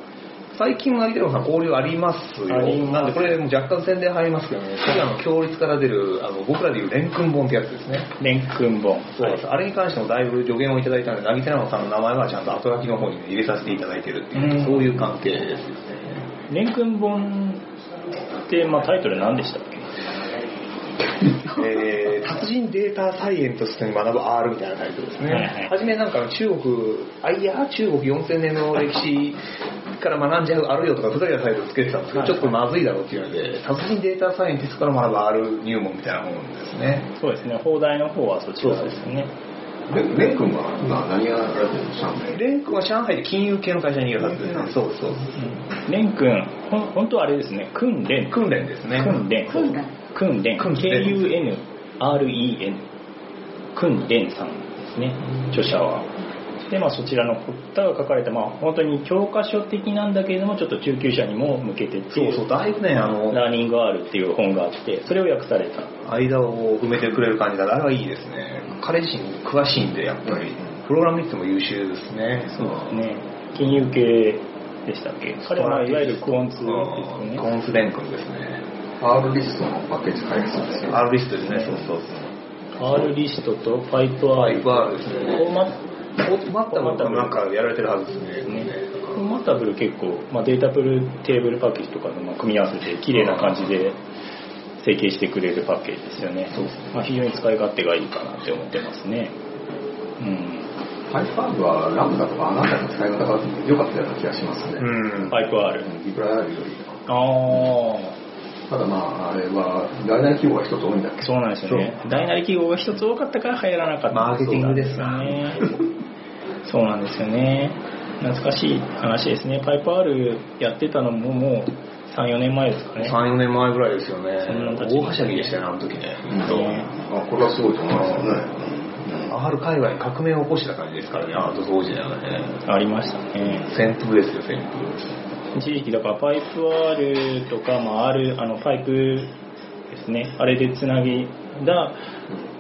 最近は有田さん交流ありますよ
あります
なんでこれもう若干宣伝入りますけどね次あの強烈から出るあの僕らでいうレン君本ってやつですね
蓮くん本。
そうです、あれに関してもだいぶ助言をいただいたので成田山さんの名前はちゃんと後書きの方に、ね、入れさせていただいてるっていう、
うん
そういう関係ですよ ね
蓮くん本って、まあ、タイトル何でしたっけ
えー、達人データサイエントスに学ぶ R みたいなタイトルですね、
はいはい
初めなんか中国あいや中国4000年の歴史から学んじゃう R よとかふざけたタイトルつけてたんですけど、
はい
ちょっとまずいだろうっていうので達人データサイエンティストから学ぶ R 入門みたいなもんですね
そうですね、放題の方はそちらですね。
レレン君は今何やられてるの上海
レン君は上海で金融系の会社にいるはずですねそうそう
蓮くん、ほん本当はあれですね、訓練。
訓練ですね
訓練。
訓練
訓練。
訓練
KUNREN。訓練さんですね、著者は。で、まあそちらのことが書かれた、まあ本当に教科書的なんだけれども、ちょっと中級者にも向けてってい
そう
う、
そうだいぶねあの
ラーニング R っていう本があって、それを訳された。
間を埋めてくれる感じだからあれはいいですね彼自身詳しいんでやっぱりプログラム見ても優秀ですね
ね、金融系でしたっけ彼はいわゆるクオンツです
うん
ね。
コンスレン君ですね。
R リストのパッケージ開発ですよ。
R リストですね、そうそうそう。
R リストとパイプ
は
R
い、R ですね。
フォーマ
オートマッタもなんかやられてるはずです
ね
ね。
フォーマッタブル結構、まあ、データプルテーブルパッケージとかのまあ組み合わせて綺麗な感じで成形してくれるパッケージですよね
そうですね
まあ、非常に使い勝手がいいかなって思ってますねうん
ハイファーブはラムダとかあなたの使い方が良かったような気がしますね。
うん。
パイプ R
いくらあるよりか。
ああ
ただまあ、あれは、外来企業が一つ多いんだっけ
そうなんですよね大なり記号が一つ多かったから流行らなかった
マーケティングですな
ねそうなんですよね懐かしい話ですねパイプ R やってたのももう34年前ですかね
3、4年前ぐらいですよね
そんな。立ち
大はしゃぎでしたよね、あの時ね。
ね
あ、これはすごいと思いますよね。うん
R 界隈に革命を起こした感じですからね、アート当時ならね。
ありましたね
旋風ですよ、旋風。
一時期だからパイプ R とか、まあ、R あのパイプですねあれでつなぎだ、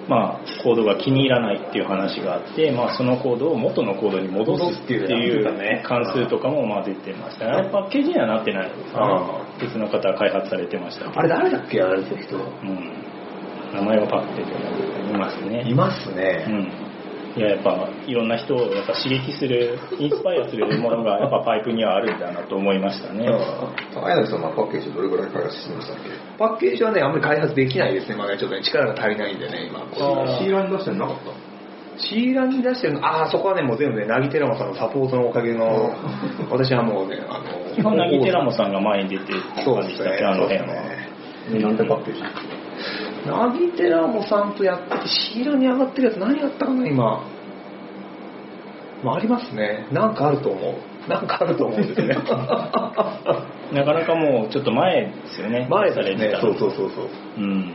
まあ、コードが気に入らないっていう話があって、まあ、そのコードを元のコードに戻すってい
戻すっていうね
う関数とかもまあ出てましたねあれパッケージにはなってない
あ
別の方が開発されてましたけど
あれ誰だっけ、やられてる人。
うん、名前はパッケージにいますね
います
う
ね。
んいややっぱいろんな人をやっぱ刺激するインスパイアするものがやっぱパイプにはあるんだなと思いましたね、
高柳さんはパッケージどれぐらい開発してましたっけ
パッケージはね、あんまり開発できないですね、まだねちょっとね、力が足りないんでね、今。
あー
シーラン出してなかった
シーラに出してるの、ああ、そこはね、もう全部ね、なぎてらもさんのサポートのおかげの、私はもうね、あの、
基本、なぎてらもさんが前に出てた
そう
感
で
じ
す
でしたっけ、
ね
あの辺
そうです
は。
ね
なんてパッケージ
なぎてらもさんとやってて、シーラに上がってるやつ何やったかな、今。まあ、ありますね。なんかあると思う。なんかあると思うん ですね。
なかなかもうちょっと前ですよね、
前
さ
で
れ
す
て
ね
た。の
そうそうそうそう。
うん。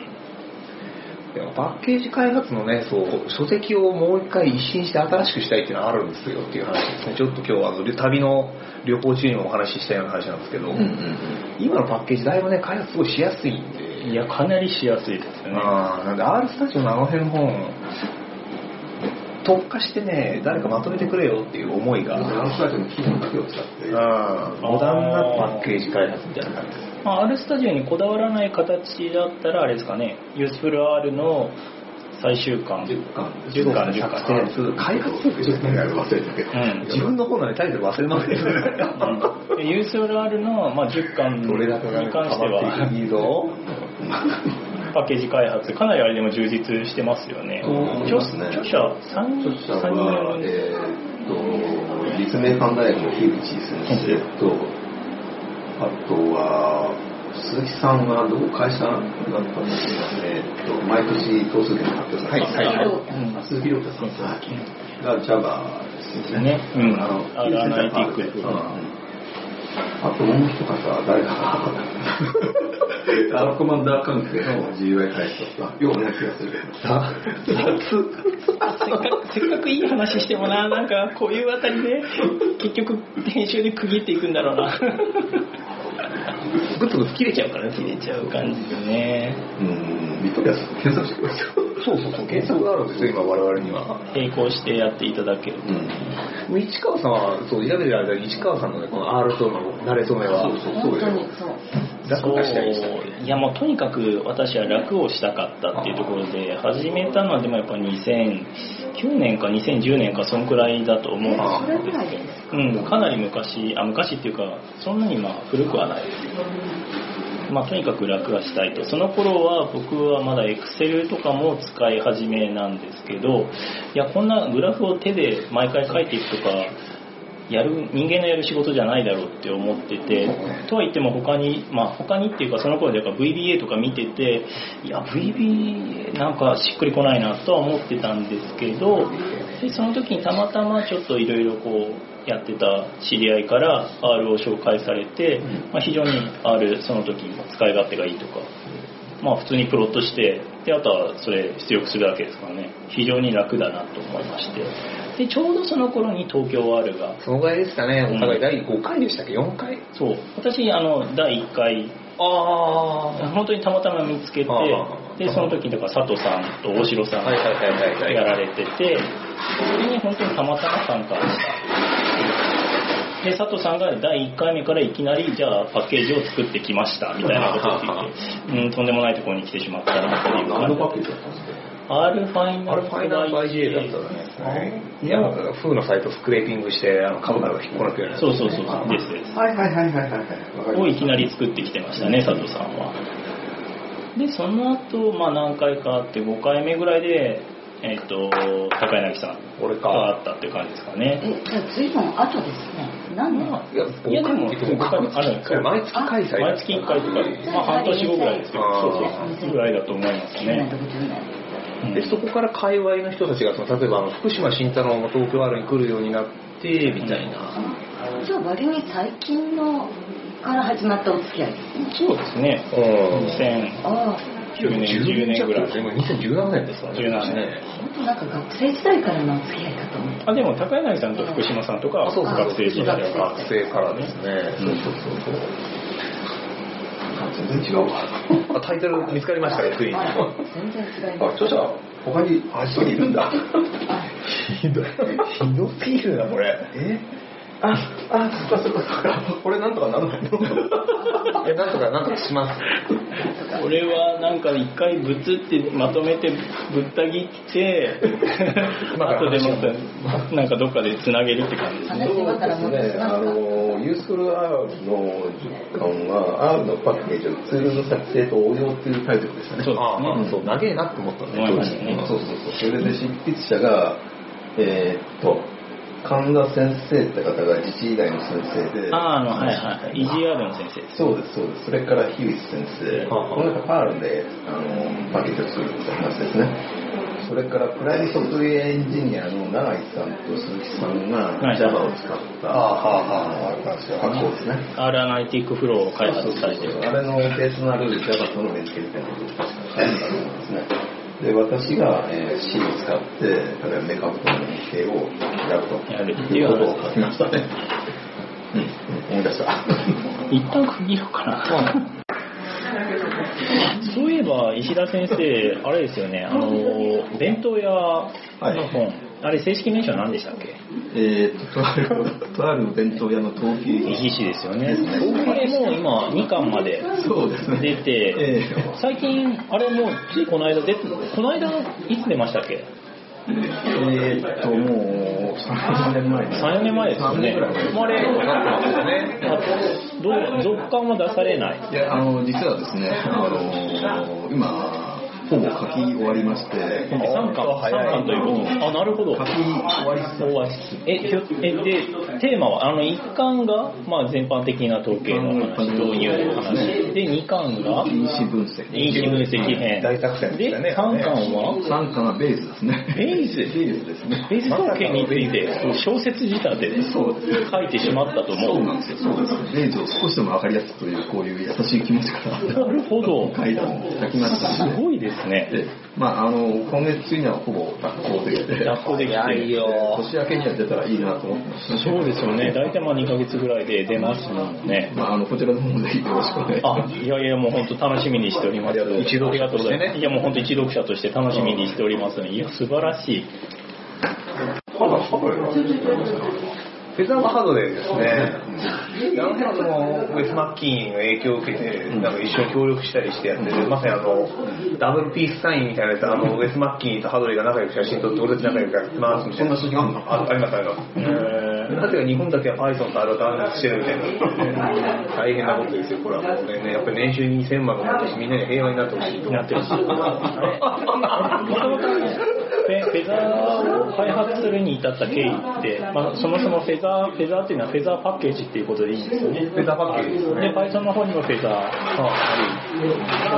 でもパッケージ開発のね、そう、書籍をもう一回一新して新しくしたいっていうのはあるんですよっていう話ですね。ちょっと今日はあの旅の旅行中にもお話ししたような話なんですけど、今のパッケージだいぶね、開発すごいしやすいんで、
いや、かなりしやすいですよね。
あーなんで R スタジオのあの辺の本、特化してね、誰かまとめてくれよっていう思いが、うん
あのスタジオの企業だけを使って、
モダンなパッケージ開発みたいな感じです。
まあ、R スタジオにこだわらない形だったら、あれですかね、ユースフル R の最終巻。
10巻
10巻、10
作
巻。
成開発する
ちょっとねあれ忘れたけど、
うん
自分の本のねタイトル忘れますけど ね。
うんでユースフル R の、まあ、10巻に
どれだけが
関しては、
いいぞ。
パッケージ開発、かなりあれでも充実してますよね。
そう思い
著
ますね
著者3人
著、者
三
は、
人
えーっと、立命館大学の樋口先生と、あとは、鈴木さんはどこ会社だったんですかね、えーっと、毎年頭数券が発表されてます、
はい
は
うん
鈴木亮太さんが Java ですよね。
ねうん
あの、
あのアナリティック
うんあともう一方は誰だ あのコマンダー関係の GUI 開発だったような気がするけどさ
せっかくせっかくいい話してもななんかこういうあたりで結局編集で区切っていくんだろうな
グッと切れちゃうからね
切れちゃう感じでね
うんビットリアス検索してください
そうそうそう原作があるんですよ今我々には
並行してやっていただけると
もう市川さんはそう調べてる間に市川さんのねこの R との慣れ初めは
本当にそう
楽がしたりした
そういやもうとにかく私は楽をしたかったっていうところで始めたのはでもやっぱ2009年か2010年かそんくらいだと思うんです
それぐらいです
うん、かなり昔あ昔っていうかそんなにまあ古くはないまあ、とにかく楽がしたいとその頃は僕はまだ Excel とかも使い始めなんですけどいやこんなグラフを手で毎回書いていくとかやる人間のやる仕事じゃないだろうって思っててとは言っても他にまあ他にっていうかその頃でやっぱ VBA とか見てていや VBA なんかしっくりこないなとは思ってたんですけどでその時にたまたまちょっといろいろこうやってた知り合いから R を紹介されて、まあ、非常に R その時使い勝手がいいとか、まあ、普通にプロットしてであとはそれ出力するだけですからね非常に楽だなと思いましてでちょうどその頃に東京 R が
そのぐらいですかね
うん
お互い第5回でしたっけ4回
そう私あの第1回
ああ
本当にたまたま見つけて
ああ
でその時だから佐藤さんと大城さん
はいはいはいはいはい
やられてて、それに本当にたまたま参加した。で、佐藤さんが第1回目からいきなり、じゃあパッケージを作ってきました、みたいなことを聞いて、うん、とんでもないところに来てしまったなっていう
何のパッケ
感
ージだったんです
じ。
か
R ファイナ
あ
ル
れファイナル IGA だったね。いや、風のサイトスクレーピングして、あの株価が引っこなくような。
そうそうそうそう、ですです。
はいはいはいはいはいはいわかり
を
ま
い
し
きなり作ってきてましたね、佐藤さんは。で、その後、まあ何回かあって、5回目ぐらいで、えっ、と、高柳さん
俺
があ
か。
ったっていう感じですかね。
えじゃあ随分後ですね何年
まあ
いや、
いやでも
5回も
あるんですよ
毎月開催。
毎月1回とか、まあ、半年後ぐらいですけど、
あー
そうそうそう、ぐらいだと思います
9年
ね
と。か10年
うん
で、そこから界隈の人たちが、その例えばあの福島慎太郎も東京あるに来るようになって、みたいな。
じゃあ割に最近のから始まったお付き合いですね。
そうですね、
うん。
2009
ああ、
年、10年ぐらい。
今2017年ですからね。
17年
本当なんか学生時代からのお付き合いかと思った。
あでも、高柳さんと福島さんとか、
あそうそう
学生時代とか
学生からですね。
うん
そうそうそう
た全然違うわ
そう。あタイトル見つかりましたね、ついに。
あら全然違い
あ
ます。
著者他に あ一人いるんだ
あ
ひどい。 ひどすぎるな、これ。
えああそっかそっかそっかこれなんとかならないの
え、なんとか、なんとかします。
これはなんか一回ぶつってまとめてぶった切 って
今から
後で
話を
またなんかどっかでつなげるって感じですね
話今から
そう
戻
で
し
すね、
ま
あ
すか。
の、ユースフル R の実感は、R のパッケージをツールの作成と応用っていうタイトルでしたね。
そう
ああ、ま
で
あ、そう、長えなって思ったね。
思いましたね
そうそうそう。それで執筆者が、えーっと、神田先生って方が自治医大の先生
すね
で、
あーあのはいはい EGR の先生です
そうです、そうです。それからヒューイス先生、
はあはあ
この中パールであのパッケージを作るって話ですね。それからプライムソフトウェアエンジニアの永井さんと鈴木さんが
はい
Java を使った、
あ
あ
あ
の話を発行ですね。
R アナリティックフローを開発されてる
あれのベースのある Java との連携みたいなことを確か書いてたと思うんですね。で、私が、えー、C を使って、例えばメカブとの連携をやると
やるってい
いううこと
話
を書きましたね。うん、思い出した。
一旦区切ろうかな。そういえば石田先生、あれですよね、あの弁当屋の本、あれ正式名称は何でしたっけ？
えーっと、とある、とある弁当屋の東急
歴史ですよね。これもう今2巻まで
そうですね。
出て、
えー
最近あれもうついこの間出て、この間いつ出ましたっけ？
えーっと、もう、3年前に。
3年前ですよ
3
ね
年ぐらい前。
まああれ
なってますよね。
どう続刊は出されない。
いや、あの、実はですね、あの、今、ほぼ書き終わりまして、
3巻、3巻ということ。あ、なるほど。
書き終わりそう
え、ひょえ、で、テーマはあの1巻が、まあ、全般的な統計の話導入の話で2巻が
因子分析。
因子分析編
大作戦で
で
したね
3巻は
三巻はベースですね。
ベイズ
ベースですね。
ベース統計について小説仕立てで
そうです
書いてしまったと
そ
思
う
う
なんですよ。そうですね。レイズを少しでも分かりやすくという、こういう優しい気持ちから、
なるほど
階段を書きました
す
ん
ごいですね
で。で、まあ、あの、今月中にはほぼ学校で、
ラップできてる
年明けには出たらいいなと思ってますね。
そうですよね大体まあ2ヶ月ぐらいで出ますもんね
まあ、あの、こちらの方もぜひよろしくお願いしま
あいやいやもう本当楽しみにしております
一読者としてね
ありがうございますいやもう本当一読者として楽しみにしておりますいや素晴らしい
フェザーバーハードでです ね、あの辺はそのウェス・マッキーンの影響を受けて、なんか一緒に協力したりしてやってる、まさにあの、ダブルピースサインみたいなやつ、あの、ウェス・マッキーンとハドレーが仲良く写真撮って、俺たち仲良くやってますみたいな。そんな時ああります、あります。なぜか日本だけは Python とあれを断絶してるみたいな。大変なことですよ、これはもうね、やっぱり年収2000万が毎年みんなに平和になってほしいと思
なってます。 フェフェザーを開発するに至った経緯って、まあ、そもそもフェザー、フェザーっていうのはフェザーパッケージっていうことでいいんですよね。
フェザーパッケージですね
で、Python の方にもフェザーある、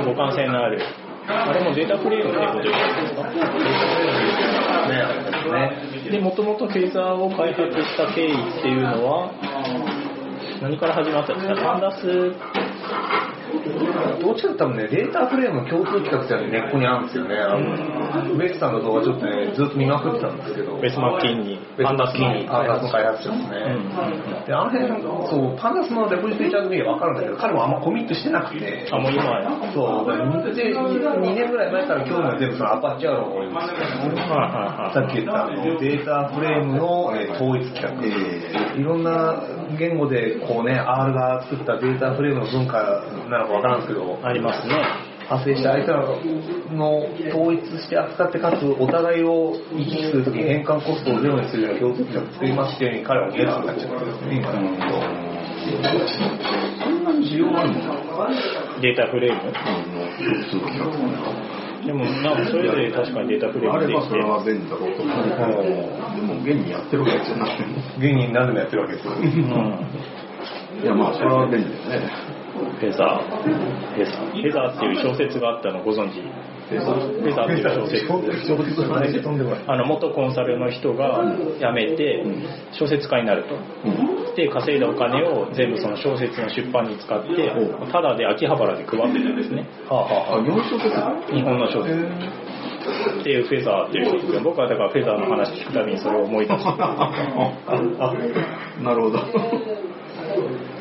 互換性のある。あれもデータフレームってことじゃないですか。
ね。
で、もともとフェザーを開発した経緯っていうのは、何から始まったんですかパンダス
どっちかって多分ね、データフレームの共通企画っていうのが根っこにあるんですよね。あのウェスさんの動画ちょっとね、ずっと見まくってたんですけど。
ベースマッキンに、
パ
パ
ン
ン
ダ
ダ
ス
ス
キ
に
ーに。開発の開発者ですね。で、あの辺、そう、パンダスのレポジトリちゃんと見れば分かるんだけど、彼もあんまコミットしてなくて、
あ、もう今、
そう、で、2年ぐらい前から今日も全部そのアパッチャーの方に、さっき言ったあのデータフレームのえー統一規
す。
格。
え
いろんな言語でこうね、R が作ったデータフレームの文化なのか分からんですけど、
ありますね。
発生して相手らの統一して扱ってかつお互いを行き来するときに変換コストをゼロにするような標準を作りますっていうように彼は言えなくなっちゃったんですね、今
ーそんなに需要あるのかな
データフレーム
あの、普通の企画とか。
でもなんかそれで確かにデータフレー
あ
ム
れ
で
ば
き
そ
て
れは便利だろうと思うけどでも現にやってるわけじゃなくても
芸人何でもやってるわけですよ。
うん
いやまあそれは便利だよね
フェザーフェザーフェザーっていう小説があったのご存知
でさ
フェザーっていう小説
小説の話でとんでもない。
あの元コンサルの人が辞めて小説家になると
うん
で稼いだお金を全部その小説の出版に使って
う
ただで秋葉原で配ってたんですね
あ日本小説
日本の小説っていうフェザーっていう小説が僕はだからフェザーの話聞くたびにそれを思い出して
なるほ ど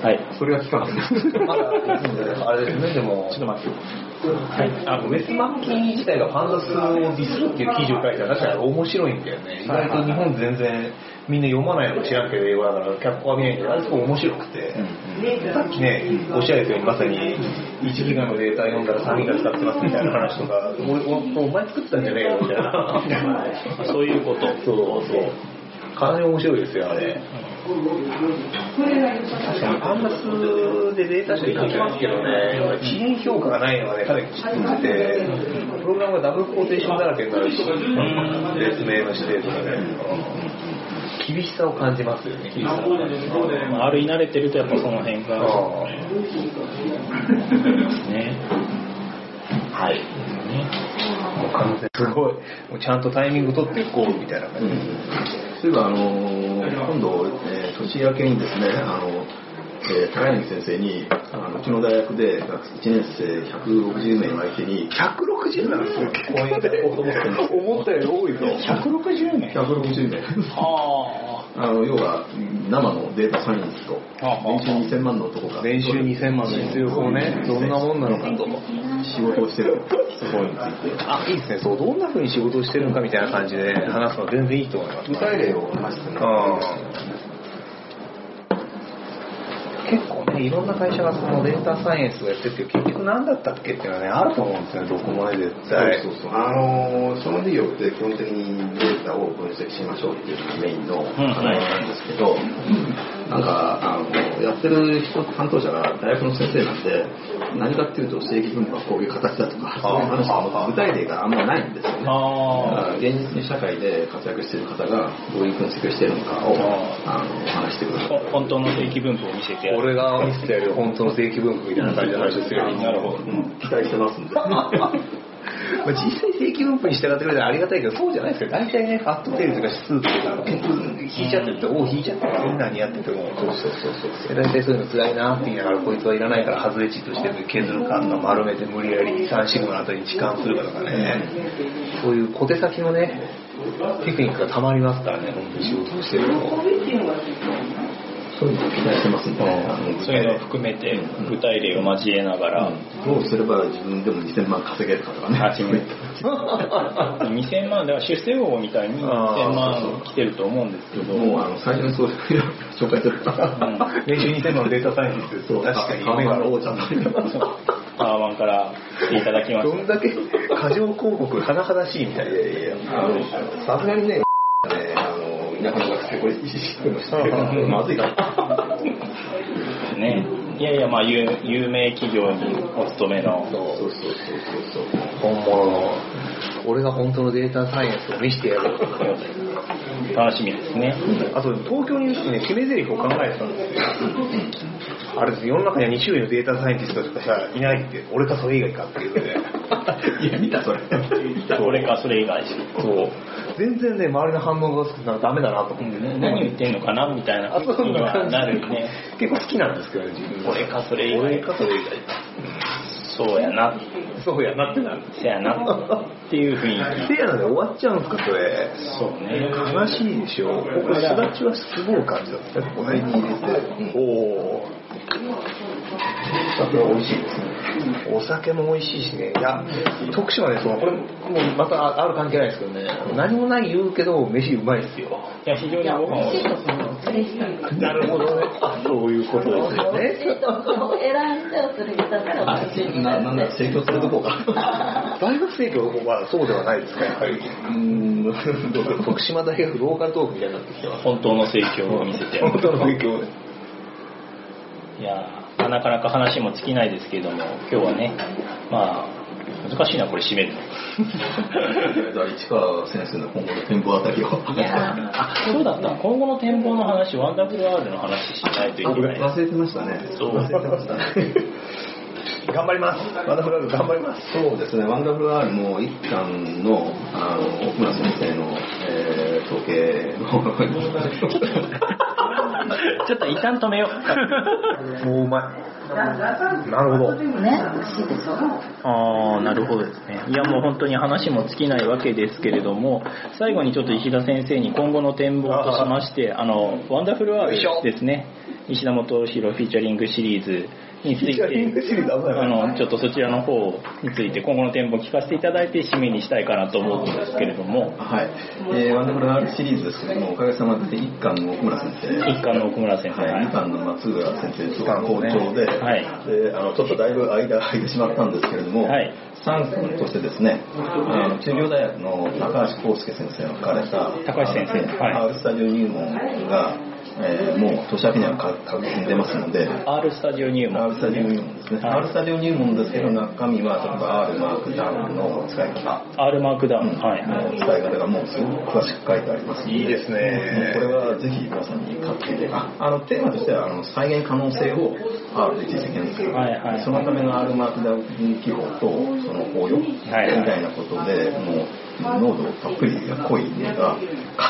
はい
それが企画
まだ、あれですね、でも、
ちょっと待ってはいあ
ウェスマッキー自体がパンダスをディスるっていう記事を書いてたら確かに面白いんだよね。意外と日本全然みんな読まないのか知らんけど英語だから脚光浴びないんだけど、あれすごい面白くて、さっきね、おっしゃるようにまさに1ギガのデータ読んだら3ギガ使ってますみたいな話とか、おおお前作ってたんじゃねえよみたいな。
そういうこと
そうそう。かなり面白いですよ、あれ。確かにパンダスでデータ処理書きますけどね、遅延評価がないのがね、かなりきつくて、プログラムがダブルコーテーションだらけになるし、説明の指定とかね、厳しさを感じますよね、厳しさを感じます
まああるに慣れてるとやっぱその辺が
あー
ね。はい。ね、
もう完全すごい。もうちゃんとタイミング取っていこうみたいな感じ。
そういえばあのー今度、えー年明けにですねあの、えー高柳先生にあのうちの大学で学1年生160名を相手に
160なんですよ、結構ね思ったより多いぞ。
160名
160名
あ
あの要は生のデータサイエンスと
ああ
年収2000万の男が
練習2000万の実力をね、どんなもんなのかと。
仕事をしてるところについて
あ、いいですね。そう、どんな風に仕事をしてるのかみたいな感じで話すのは全然いいと思います。
具体例を話してもら
うん結構ね、いろんな会社がそのデータサイエンスをやってて、結局何だったっけっていうのはね、あると思うんですよね、どこもね、絶対。
そうそうそうあのーその事業って基本的にデータを分析しましょうっていうのがメインの
ん
課題なんですけど、なんかあのやってる人担当者が大学の先生なんで何かっていうと正規分布はこういう形だとかそういう話が具体例があんまりないんですよね
あ
現実の社会で活躍してる方がどういう分析をしてるのかをあのお話してください
ーほ本当の正規分布を見せてやる
俺が見せてやるよ本当の正規文庫みたいな感じの話ですよ。
なるほど
うん期待してますんで
まあ実際正規分布に従ってくれたらありがたいけどそうじゃないですけど大体ねファットテールとか指数とか結構引いちゃってるとおお引いちゃってるみんなにやっててもそうそうそうそう大体そういうの辛いなって言いながらこいつはいらないから外れ値として削るかとか丸めて無理やり3シグマの後に置換するかとかねそういう小手先のねテクニックがたまりますからね本当に仕事をしてると
そういうの期待してますんで、あの具
そうい
体
うのを
例
含めて具体例を交えながら、
どうすれば自分でも2000万稼げるかとかね
始めた2000万だから出世王みたいに2000
あ
万来てると思うんですけど
もうあの最初にそういう紹介するから、
練習2000のデータサイエンティスト
そう
確かに
カ
夢
メ
があ
ラ
る
王者になります
タワマンから来ていただきまし
どんだけ過剰広告甚だしいみたいで
いやいやあのさすがにねねあの田舎の学生これ意識してましたけど まずいから
たねいやいやまあ有有名企業にお勤めの
そうそうそうそうそう
本物の俺が本当のデータサイエンスを見せてやる
楽しみですね
あと東京にいる時ね決め台詞を考えてたんですよあれです世の中には2種類のデータサイエンティストしかさいないって俺かそれ以外かっていうので
いや見たそれ
これかそれ以外し
そう全然ね周りの反応が薄くてなんかダメだなと思ってね、
何言ってんのかなみたいな
あそ
風
ん
に
な
は
感じ
なるね
結構好きなんですけどね自分
俺かそれ以外
俺かそれ以外
そうやな
そうやなってなる
せやなっていう雰囲
せやなで終わっちゃうんですかそれ
気そうね
悲しいでしょ僕すだちはすごい感じだったこれおお
桜美味しいですね
お酒も美味しいしね、いや、徳島ね、そのこれ、もうまたある関係ないですけどね、何もない言うけど、飯うまいですよ。
いや非常
い
に
や
ご飯
美味しい
を
ところを連れしたの
なるほどね。そういうことですよ
美味 しい
ね。
ところを選んでお連れしたから
あ
私に
ななんだ成長するとこか
大学生協はそうではないですか、やはり。
うーんどうぞ
徳島大学ローカルトークみたいになってきてます。
本当の盛況を見せ てや
本当
る
の勉強
いやーなかなか話も尽きないですけども今日はねまあ難しいなこれ締める の
じゃあ市川先生の今後の展望あたりを
いやーあそうだった今後の展望の話ワンダフル R の話しないといけ
あ
ない
忘れてましたね
そう
忘れてましたね
頑張ります。まだフラグ頑張ります。
そうですね、ワンダフル R も一巻のあの奥村先生の、えー、統計の
ちょっと一旦止 めよう
もううまい。なるほど。
ね美味しいでしょ
ああなるほどですねいやもう本当に話も尽きないわけですけれども最後にちょっと石田先生に今後の展望としましてあのワンダフル R ですね石田元弘フィーチャリングシリーズについてあのちょっとそちらの方について今後の展望を聞かせていただいて締めにしたいかなと思うんですけれども
はい、えーワンダフル R シリーズですけども、おかげさまで一巻の奥村先生、
一巻の奥村先生、
はい、二巻の松浦先生と校長で、
はい
であのちょっとだいぶ間が空いてしまったんですけれども、
はい
三巻としてですね、あの中京大学の高橋康介先生が書かれた、
高橋先生
あの
はい
R スタジオ入門が、えーもう年明けには確実に出ますので、
R スタジオ入門
R スタジオ入門ですね、
はい
R スタジオ入門ですけど中身はちょっと R マークダウンの使い方
R マークダウン、
うん
はい
の使い方がもうすごく詳しく書いてありますので
いいですね
これはぜひ皆さんに買っていてああのテーマとしてはあの再現可能性を R で実現する、
はいはい
そのための R マークダウン記法とその応用みた
はいはい
いなことで、もう濃度たっぷり濃いのが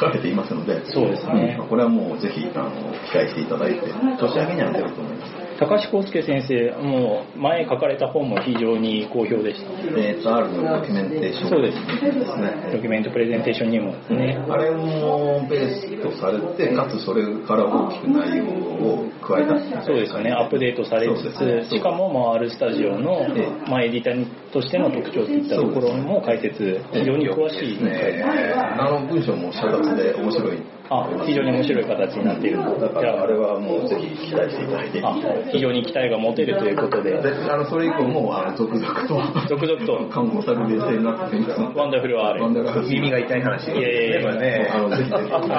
書かれていますので
そうですね
んこれはもうぜひあの期待していただいて年明けには出ると思います
高橋康介先生もう前書かれた本も非常に好評でした
えー、と R のドキュメンテーション
そうです
です
ドキ
ね。
ュメントプレゼンテーション入門ですね
あれもベースとされて、かつそれから大きく内容を加えた
そうですよねアップデートされ
そうで
つ
す
つしかも、まあ、R スタジオの
ええ、
まあ、エディターとしての特徴といったところも解説非常に詳しい
ね。あの文章も社活で面白い。
あ非常に面白い形になっている
だか
じゃ
ら
あ
あれはもうぜひ期待していただいて。
あ非常に期待が持てるということで、
あのそれ以降もうあの続々と
続々と、
観光される冷静になってきます
ワンダフル R
ワンダラー
耳が痛い話
いやいやいや
これね
あのぜひぜひ期待していただき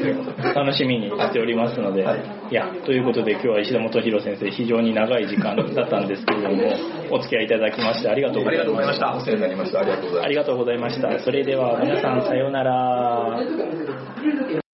たいます
楽しみにしておりますので、、
はい
や、ということで今日は石田元弘先生、非常に長い時間だったんですけれども、お付き合いいただきましてありがとうござ
ありが
い
とうご
ま
ざい
し
ました
お世話になりましたありがとうございました
た。ありがとうございました。それでは皆さんさようなら。